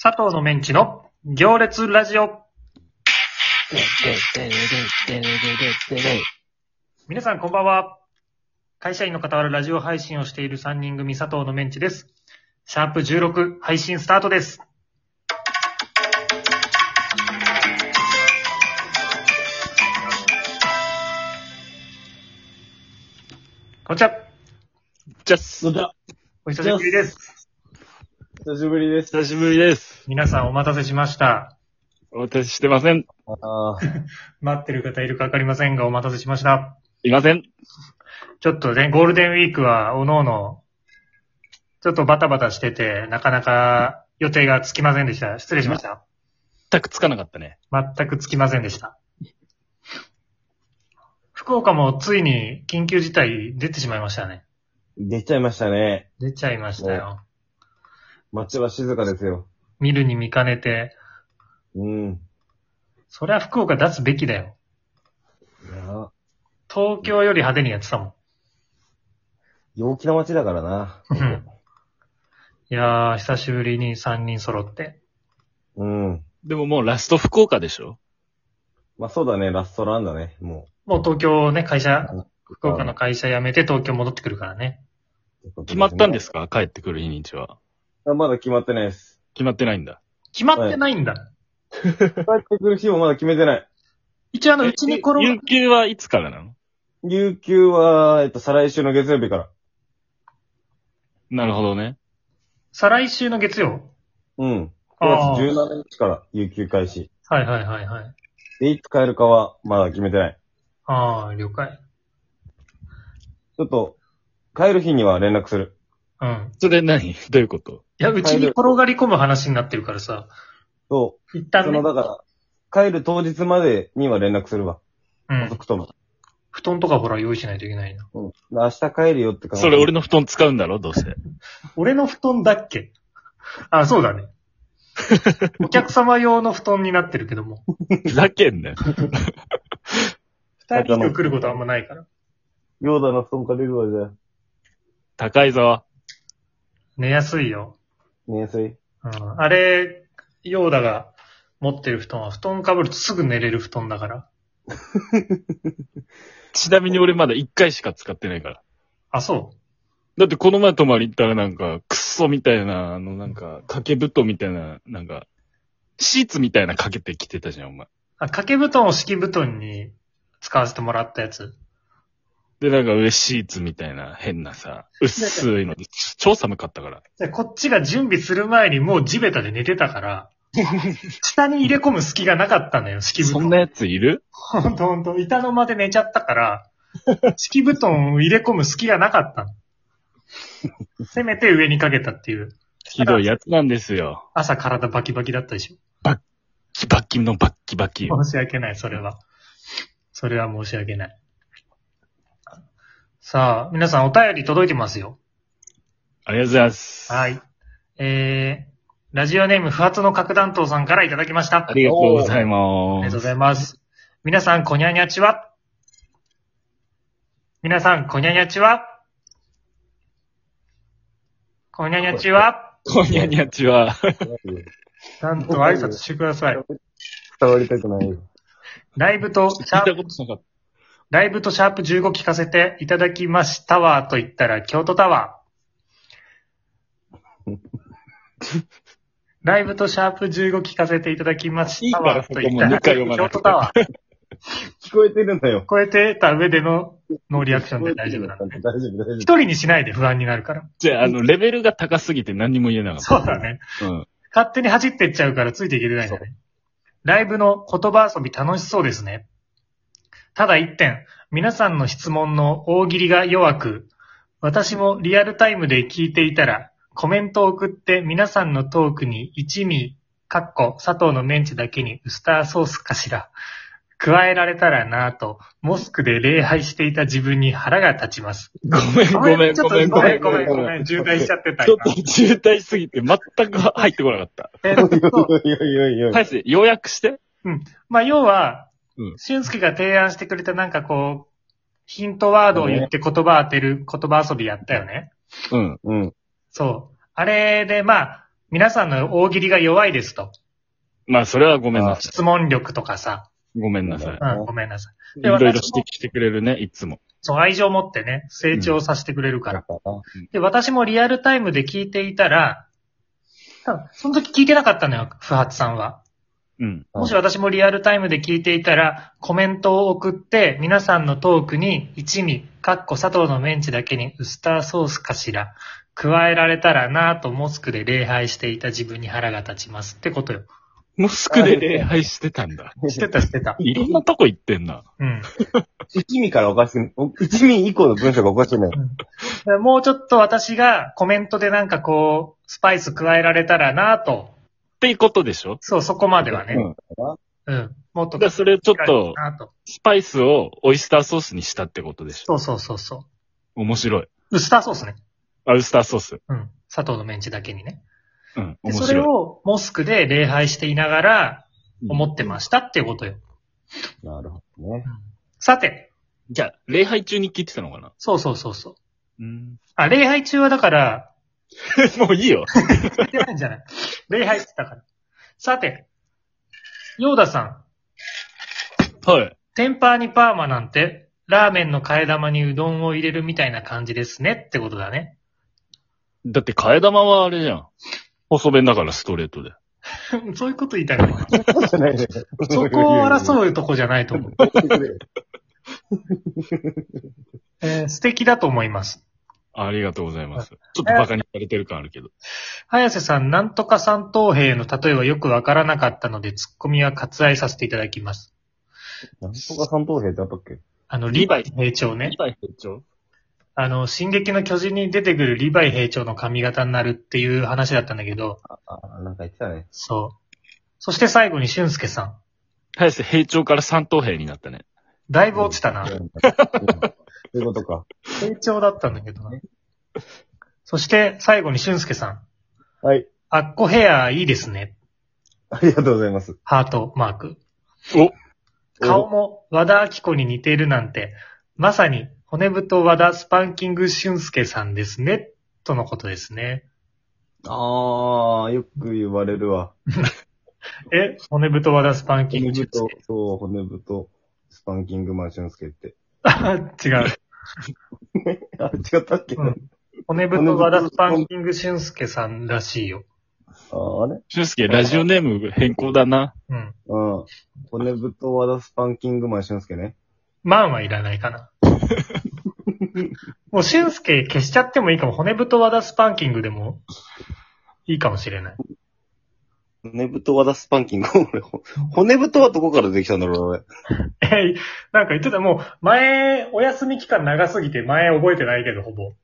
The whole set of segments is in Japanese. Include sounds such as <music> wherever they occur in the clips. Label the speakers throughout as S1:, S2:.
S1: 佐藤のメンチの行列ラジオ。
S2: でででででででででで
S1: 皆さんこんばんは。会社員の傍らラジオ配信をしている3人組佐藤のメンチです。シャープ16配信スタートです。こんにちは。
S2: じゃっす。
S3: どうだ
S1: お久しぶりです。
S3: 久しぶりです。
S2: 久しぶりです。
S1: 皆さんお待たせしました。
S2: お待たせしてません。
S3: あー
S1: 待ってる方いるかわかりませんがお待たせしました。
S2: いません。
S1: ちょっとね、ゴールデンウィークは、おのおの、ちょっとバタバタしてて、なかなか予定がつきませんでした。失礼しました。
S2: 全くつかなかったね。
S1: 全くつきませんでした。福岡もついに緊急事態出てしまいましたね。
S3: 出ちゃいましたね。
S1: 出ちゃいましたよ。
S3: 街は静かですよ。
S1: 見るに見かねて、
S3: うん。
S1: そりゃ福岡出すべきだよ。
S3: いや
S1: 東京より派手にやってたもん。
S3: 陽気な街だからな。
S1: うんいやー、久しぶりに3人揃って。
S3: うん。
S2: でももうラスト福岡でしょ
S3: まあそうだね、ラストランだね、も
S1: もう東京ね、会社、
S3: う。
S1: 福岡の会社辞めて東京戻ってくるからね。
S2: 決まったんですすか帰ってくる日にちは。
S3: あまだ決まってないです。
S2: 決まってないんだ。
S1: 決まってないんだ。
S3: 帰ってくる日もまだ決めてない。
S1: 一応あの、うちに転
S2: 有
S1: が、
S2: 給はいつからなの
S3: 有給は、えっと、再来週の月曜日から。
S2: なるほどね。
S1: 再来週の月曜。
S3: うん。
S1: あ
S3: 9
S1: あ
S3: 月17日から有給開始。
S1: はいはいはいはい。
S3: で、いつ帰るかはまだ決めてない。
S1: ああ、了解。
S3: ちょっと、帰る日には連絡する。
S1: うん。
S2: それ何どういうこと
S1: いや、うちに転がり込む話になってるからさ。
S3: そう。
S1: 一旦
S3: そ
S1: ね
S3: の、、だから、帰る当日までには連絡するわ。
S1: う
S3: 遅
S1: ん。
S3: くとも。
S1: 布団とかほら用意しないといけないな。
S3: うん。明日帰るよって感じ。
S2: それ俺の布団使うんだろどうせ。
S1: 俺の布団だっけあ、そう <laughs> だね。お客様用の布団になってるけども。
S2: ふざけんなよ。
S1: 二人で来ることあんまないから。
S3: ヨーダの布団借りるわ、じゃあ。
S2: 高いぞ。
S1: 寝やすいよ。
S3: 寝やすい。
S1: うん。あれ、ヨーダが持ってる布団は布団被るとすぐ寝れる布団だから。
S2: ちなみに俺まだ1回しか使ってないから。
S1: あ、そう。
S2: だってこの前泊まり行ったらなんか、クッソみたいな、あのなんか、掛け布団みたいな、なんか、シーツみたいなかけてきてたじゃん、お前。
S1: あ、掛け布団を敷き布団に使わせてもらったやつ。
S2: で、なんか上シーツみたいな変なさ、薄いので、超寒かったから。
S1: でこっちが準備する前にもう地べたで寝てたから、
S2: <laughs>
S1: 下に入れ込む隙がなかったのよ、敷布
S2: そん
S1: 団。
S2: なやついる
S1: ほんとほんと、板の間で寝ちゃったから、
S2: <laughs>
S1: 敷布団を入れ込む隙がなかったの。せめて上にかけたっていう。
S2: ひどいやつなんですよ。
S1: 朝体バキバキだったでし
S2: キバッキのバッキバキよ。
S1: ょ。申し訳ない、それは。それは申し訳ない。さあ、皆さんお便り届いてますよ。
S2: ありがとうございます。
S1: は。い。えー、ラジオネーム不発の核弾頭さんからいただきました。
S2: ありがとうござい
S1: ありがとう
S2: ま
S1: ご
S2: す。
S1: ざいます。皆さん、こにゃにゃちは皆さん、こにゃにゃちはこにゃにゃちは
S2: こんにゃにゃちは。
S1: ちゃんと挨拶してください。
S3: 伝わりたくないよ。
S1: ライブとシ
S2: 聞
S1: ャ
S2: いた
S1: ー
S2: こ
S1: プ、
S2: となかっ
S1: ライブとシャープ15聞かせていただきましたわと言ったら京都タワ
S2: <laughs>
S1: ー。ライブとシャープ15聞かせていただきましたわと言った
S2: いい
S1: ら
S2: からそこもう二回読ま
S1: 京
S2: なくて
S1: 都タワー。
S3: 聞こえてるんだよ。
S1: 超えてた上でのノーリアクションで大丈夫なんだ
S3: 大
S1: ね。
S3: 丈夫、大
S1: 一
S3: 丈
S1: 人にしないで不安になるから。
S2: じゃあ、あの、レベルが高すぎて何も言えなかった。
S1: そうだね。
S2: うん。
S1: 勝手に走ってっちゃうからついていけてないんだね。ライブの言葉遊び楽しそうですね。ただ一点、皆さんの質問の大喜利が弱く、私もリアルタイムで聞いていたら、コメントを送って皆さんのトークに一味、かっこ、佐藤のメンチだけにウスターソースかしら、加えられたらなぁと、モスクで礼拝していた自分に腹が立ちます。
S2: ごめん、ごめん、
S1: ちょっ
S2: ご
S1: と
S2: めん、
S1: ご
S2: ご
S1: めん、
S2: めん、
S1: ご
S2: ご
S1: め
S2: め
S1: ん、
S2: ん。
S1: ごめん、渋滞しちゃってた
S2: ちょ
S1: 今
S2: っ。と渋滞すぎて全く入ってこなかった。
S1: えっと
S3: 夫。いやいやいやいや。
S2: 大勢、要約して。
S1: まあ、要は
S2: うん、
S1: 俊介が提案してくれたなんかこう、ヒントワードを言って言葉当てる言葉遊びやったよね。
S2: うん。
S3: うん。
S1: そう。あれで、まあ、皆さんの大喜利が弱いですと。
S2: まあ、それはごめんなさ
S1: 質問力とかさ。
S2: い。ごめんなさい。
S1: うん、ごめんなさい。
S2: い
S1: で
S2: ろいろ指
S1: 私も
S2: 摘してくれるね、いつも。
S1: そう、愛情を持ってね、成長させてくれるから。
S3: な。
S1: で、私もリアルタイムで聞いていたら、多分その時聞いてなかったのよ、不発さんは。
S2: うん。
S1: もし私もリアルタイムで聞いていたら、コメントを送って、皆さんのトークに一味、かっこ佐藤のメンチだけにウスターソースかしら、加えられたらなぁとモスクで礼拝していた自分に腹が立ちますってことよ。
S2: モスクで礼拝してたんだ。
S1: してたして
S3: <laughs>
S1: た。
S2: いろんなとこ行ってんな。
S1: うん。
S3: 一味からおかしく、お一味以降の文章がおかしくない。
S1: うんもうちょっと私がコメントでなんかこう、スパイス加えられたらなぁと。
S2: っていうことでしょ
S1: そう、そこまではね。
S3: うん
S1: うん。もっと
S2: だからそれをちょっと、
S1: なと。
S2: スパイスをオイスターソースにしたってことでしょ
S1: そうそうそうそ
S2: 面白い。
S1: う。ウスターソースね。
S2: あウスターソース。
S1: うん。砂糖のメンチだけにね。
S2: うん。
S1: で、
S2: 面
S1: それ
S2: 白い。
S1: をモスクで礼拝していながら思って
S2: す。
S1: ましたっていうことよ。
S3: なるほどね。
S1: さて、
S2: じゃあ、礼拝中に聞いてたのかな
S1: そうそうそうそう。
S2: うん。
S1: あ、礼拝中はだから、
S2: <laughs> もういいよ。
S1: 聞いてないんじゃ
S2: <laughs>
S1: ない礼拝してたから。さて、ヨーダさん、
S2: はい。
S1: テンパーにパーマなんて、ラーメンの替え玉にうどんを入れるみたいな感じですねってことだね。 <laughs>
S2: だって、替え玉はあれじゃん。細弁だからストレートで。
S1: そういうこと言いたいの
S2: <laughs>
S1: かな
S3: そうじゃないで
S1: そこを争うとこじゃないと思う。えー素敵だと思います。
S2: ありがとうございます。ちょっとバカにされてる感あるけど。
S1: 早瀬さん、なんとか三等兵の例えはよくわからなかったので、ツッコミは割愛させていただきます。
S3: なんとか三等兵ってあったっけ
S1: あの、リ
S2: リ
S1: ヴ
S2: ヴ
S1: ァ
S2: ァ
S1: イ
S2: イ
S1: 兵長ね。
S2: バイ成長
S1: あの、進撃の巨人に出てくるリヴァイ兵長の髪型になるっていう話だったんだけど、
S3: あ、なんか言ってたね。
S1: そう。そして最後に俊介さん。
S2: 早瀬兵長から三等兵になったね。
S1: だいぶ落ちたな。
S3: うんうんそういうことか。
S1: 成長だったんだけどな。そして最後に俊介さん。
S3: はい。
S1: アッコヘアいいですね。
S3: ありがとうございます。
S1: ハートマーク。
S2: お
S1: 顔も和田明子に似ているなんて、まさに骨太和田スパンキング俊介さんですね、とのことですね。
S3: あー、よく言われるわ。
S1: え、骨太和田スパンキン
S3: 骨
S1: グ俊
S3: 太、そう、骨太、スパンキングマンシュンスケって。 <laughs>
S1: 介。 <laughs> 違う。
S3: あ、違ったっけ、
S1: うん骨太和田スパンキング俊介さんらしいよ。
S3: ああれ
S2: 俊介、ラジオネーム変更だな。
S1: うん。
S3: うん。骨太和田スパンキングマンシュンスケね。
S1: マンはいらないかな。もう俊介消しちゃってもいいかも。骨太和田スパンキングでもいいかもしれない。
S3: 骨太和田スパンキング <laughs> 俺、骨太はどこからできたんだろう俺。
S1: え、なんか言ってた、もう、前、お休み期間長すぎて前覚えてないけど、ほぼ。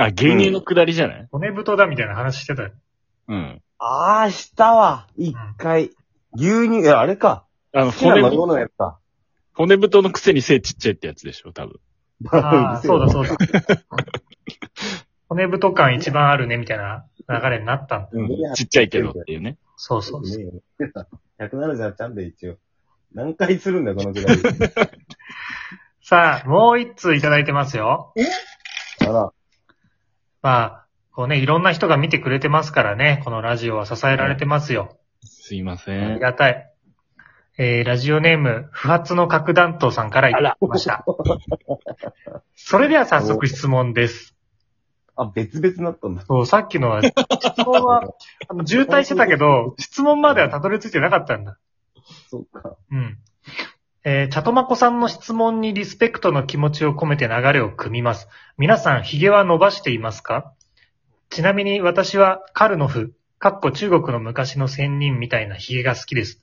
S2: あ、芸人のくだりじゃない
S1: 骨太だみたいな話してたよ。
S2: うん。
S3: あー、したわ。一回。牛乳、いやあれか。
S2: あの、
S3: 好きな
S2: 骨
S3: 飲み
S2: 太、
S3: 物のやつか。
S2: 骨太のくせに背ちっちゃいってやつでしょ、多分。
S1: ああ、
S3: <laughs>
S1: そうだ
S3: う。
S1: そうだ。 <laughs> 骨太感一番あるね、みたいな流れになったんだ。
S2: うん。ちっちゃいけどっていうね。
S1: そうそうそう。
S3: 170じゃちゃんで一応。何回するんだよ、このくらい。 <laughs>
S1: さあ、もう一通いただいてますよ。
S3: あら、
S1: まあ、こうね、いろんな人が見てくれてますからね、このラジオは支えられてますよ。
S2: すいませ
S1: あり
S2: ん。
S1: がたい。えー、ラジオネーム、不発の核弾頭さんからいただきました。 <laughs> それでは早速質問です。
S3: あ、別々になったんだ。
S1: そう、さっきのは、質問は、あの、渋滞してたけど、質問まではたどり着いてなかったんだ。
S3: そっか。
S1: うん。えー、チャトマコさんの質問にリスペクトの気持ちを込めて流れを組みます。皆さん、髭は伸ばしていますかちなみに私はカルノフ、かっこ中国の昔の仙人みたいな髭が好きです。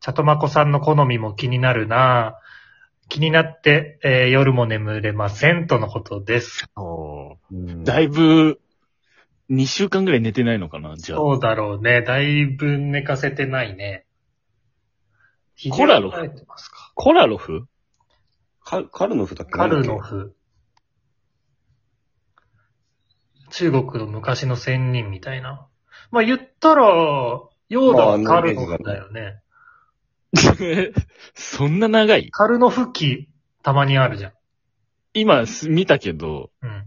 S1: チャトマコさんの好みも気になるなぁ気になって、えー夜も眠れませんとのことです。
S3: うん
S2: だいぶ、2週間ぐらい寝てないのかな、じゃあ。
S1: そうだろうね。だいぶ寝かせてないね。
S2: コラロ
S1: ひげは生えてますか
S2: コラロフ <laughs>
S3: カルカルノフだっけ
S1: カルノ。フ。中国の昔の仙人みたいな。まあ、言ったら、ヨーダはカルノフだよね。
S2: そんな長い
S1: カルノフ期、たまにあるじゃん。
S2: 今す見たけど、
S1: うん。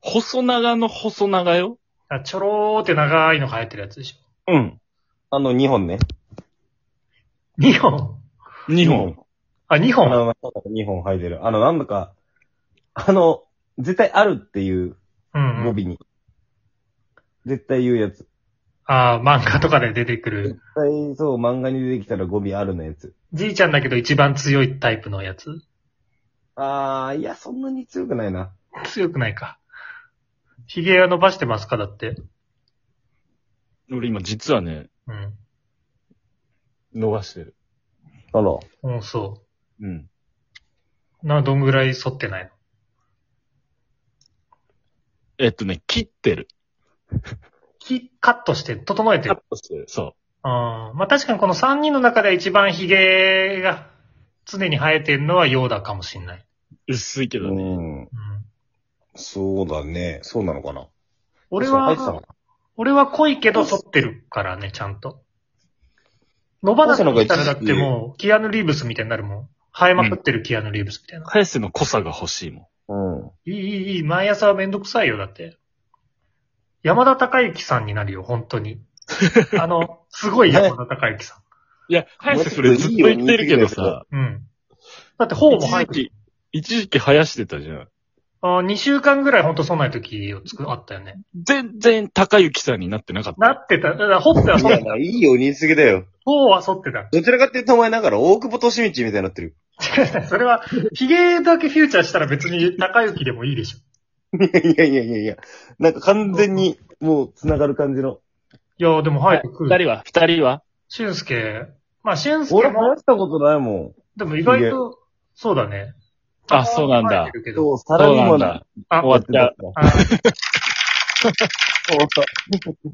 S2: 細長の細長よ
S1: あちょろーって長いのが生えてるやつでしょ。
S2: うん。
S3: あの、2本ね。
S1: 2本
S2: 2本。。
S1: あ、2
S3: あ
S1: 本
S3: の、2本生えてる。あの、なんだか、あの、絶対あるっていう
S1: うん
S3: 語
S1: う
S3: 尾
S1: ん。
S3: に。絶対言うやつ。
S1: ああ、漫画とかで出てくる
S3: 絶。対そう、漫画に出てきたら語尾あるのやつ。
S1: じいちゃんだけど一番強いタイプのやつ
S3: あー、いや、そんなに強くないな。
S1: 強くないか。髭は伸ばしてますかだって。
S2: 俺今実はね、
S1: うん。
S2: 伸ばしてる。
S3: あら。
S1: うん、そ
S2: うん。
S1: う。な、どんぐらい剃ってないの
S2: えっとね、切ってる。
S1: き、カットして、整えて
S2: カッ
S1: る。
S2: トしてる。そ
S1: あーまあ確かにこの3人の中で一番髭が常に生えてるのはヨーダかもしんない。
S2: う。薄いけどね。
S3: うん。
S1: うん。
S3: そうだね。そうなのかな。
S1: 俺
S3: 入ってた
S1: は
S3: の、
S1: 俺は濃いけど剃ってるからね、ちゃんと。野放しにしたらだってもう、キアヌ・リーブスみたいになるもん。生えまくってるキアヌ・リーブスみたいな。
S2: 返せの濃さが欲しいもん。
S3: うん。
S1: いい、いい、いい、毎朝はめんどくさいよ、だって。山田孝之さんになるよ、本当
S2: <laughs>
S1: に。あの、すごい山田孝之さ
S2: いや、早瀬それずっと言ってるけどさ、
S1: ん。うん。だって、頬も
S2: 一
S1: 生え
S2: 時
S1: てる。
S2: 期、一時期生やしてたじゃん。
S1: あ2週間ぐらいほんとそうない時をつく、あったよね。
S2: 全然高雪さんになってなかっ
S1: な
S2: た。
S1: ってた。だから、ほっぺは剃ってた。
S3: いいよ、言い過ぎだよ。
S1: 頬は剃ってた。
S3: どちらかっていうとお前なんか大久保利道みたいになってる。
S1: 違うそれは、髭だけフューチャーしたら別に高之でもいいでしょ。
S3: いやいやいやいやいや。なんか完全に、もう、繋がる感じの。
S1: いやーでも生えてく
S2: 二
S1: る。
S2: 人は二人は
S1: 俊介。まあ、俊介
S3: 俺
S1: も
S3: 話、したことないも
S1: でも意外と、そうだね。
S2: あ、そうなん
S1: 生え
S2: だ
S1: て。るけ
S3: ん。
S1: ど
S3: そう、サラリーマ
S2: そう
S3: ン
S2: なんだ
S3: だ。
S1: あ
S2: 終わっちゃう。
S1: あ
S3: 終わった。